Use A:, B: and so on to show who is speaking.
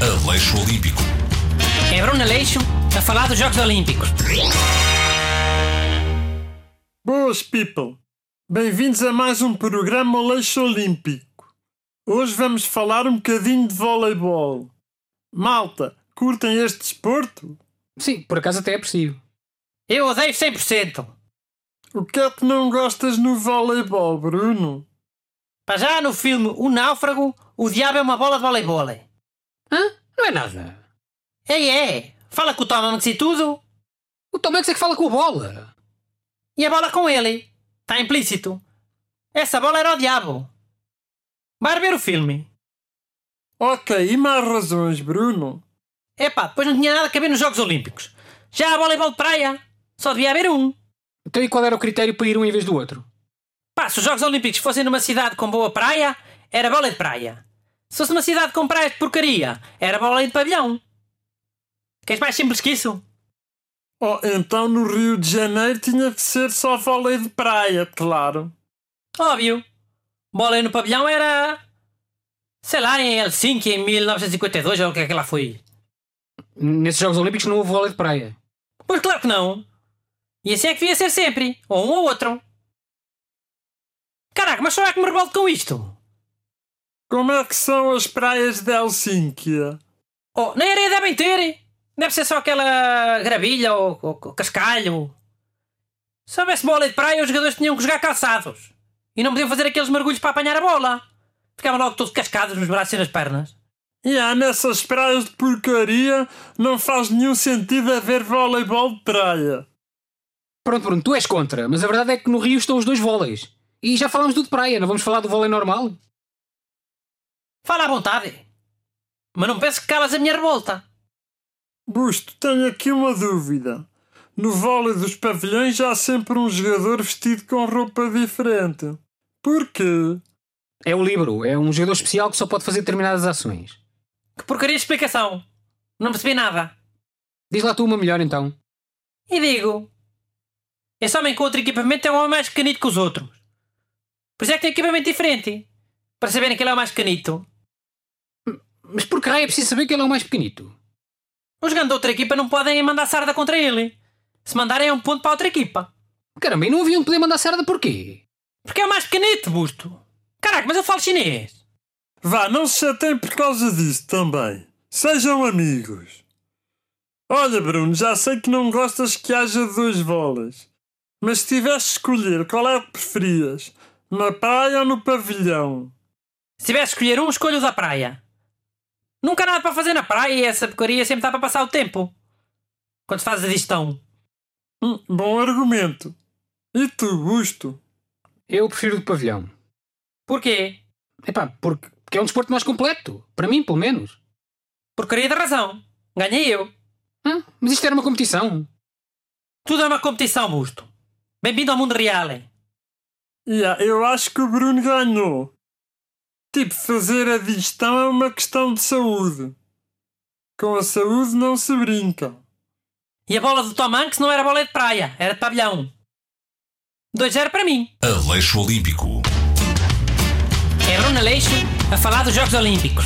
A: Aleixo Olímpico.
B: É Bruno Aleixo a falar dos Jogos Olímpicos.
C: Boas people! Bem-vindos a mais um programa Leixo Olímpico. Hoje vamos falar um bocadinho de voleibol. Malta, curtem este desporto?
D: Sim, por acaso até é possível.
B: Eu odeio 100%.
C: O que é que não gostas no voleibol, Bruno?
B: Para já no filme O Náufrago, o diabo é uma bola de voleibol.
D: Hã? Não é nada.
B: Ei, é. Fala com o Tom Hanks e tudo.
D: O Tom Hanks é que fala com a bola.
B: E a bola com ele. Está implícito. Essa bola era o diabo. Vai ver o filme.
C: Ok, e mais razões, Bruno?
B: Epá, depois não tinha nada a ver nos Jogos Olímpicos. Já há voleibol de praia. Só devia haver um.
D: Então e qual era o critério para ir um em vez do outro?
B: Pá, se os Jogos Olímpicos fossem numa cidade com boa praia, era bola de praia. Se fosse uma cidade com praias de porcaria, era bola de pavilhão. Queres mais simples que isso?
C: Oh, então no Rio de Janeiro tinha que ser só vôlei de praia, claro.
B: Óbvio. Bola no pavilhão era. Sei lá, em Helsinki, em 1952, ou o que é que lá foi.
D: Nesses Jogos Olímpicos não houve vôlei de praia.
B: Pois claro que não. E assim é que devia ser sempre. Ou um ou outro. Caraca, mas só é que me revolto com isto.
C: Como é que são as praias de Helsínquia?
B: Oh, nem areia devem ter. Deve ser só aquela gravilha ou, ou- ou cascalho. Se houvesse bola de praia, os jogadores tinham que jogar calçados. E não podiam fazer aqueles mergulhos para apanhar a bola. Ficavam logo todos cascados nos braços e nas pernas.
C: E há nessas praias de porcaria não faz nenhum sentido haver voleibol de praia.
D: Pronto, Bruno, tu és contra, mas a verdade é que no Rio estão os dois vôleis. E já falámos do de praia, não vamos falar do vôlei normal?
B: Fala à vontade. Mas não penso que calas a minha revolta.
C: Busto, tenho aqui uma dúvida. No vôlei dos pavilhões há sempre um jogador vestido com roupa diferente. Porquê?
D: É o livro, é um jogador especial que só pode fazer determinadas ações.
B: Que porcaria de explicação. Não percebi nada.
D: Diz lá tu uma melhor então.
B: E digo: esse homem com outro equipamento é um homem mais pequenito que os outros. Por isso é que tem equipamento diferente. Para saberem que ele é o mais pequenito.
D: Mas por que raio é preciso saber que ele é o mais pequenito?
B: Os jogadores da outra equipa não podem mandar sarda contra ele. Se mandarem é um ponto para a outra equipa.
D: Caramba, e não haviam de poder mandar sarda porquê?
B: Porque é o mais pequenito, busto. Caraca, mas eu falo chinês.
C: Vá, não se chateiem por causa disso também. Sejam amigos. Olha, Bruno, já sei que não gostas que haja dois vôleis. Mas se tivesse de escolher qual é que preferias, na praia ou no pavilhão?
B: Se tivesse de escolher um, escolho o da praia. Nunca há nada para fazer na praia e essa porcaria sempre dá para passar o tempo. Quando se faz a digestão.
C: Hum, bom argumento. E tu, Busto?
D: Eu prefiro o de pavilhão.
B: Porquê?
D: Epá, porque, porque é um desporto mais completo. Para mim, pelo menos.
B: Porcaria da razão. Ganhei eu.
D: Hã? Mas isto era uma competição.
B: Tudo é uma competição, Busto. Bem-vindo ao mundo real. hein?
C: Yeah, eu acho que o Bruno ganhou. Tipo, fazer a digestão é uma questão de saúde. Com a saúde não se brinca.
B: E a bola do Tom Hanks não era bola de praia, era de pavilhão. 2-0 para mim.
A: Aleixo Olímpico.
B: É Bruno Aleixo a falar dos Jogos Olímpicos.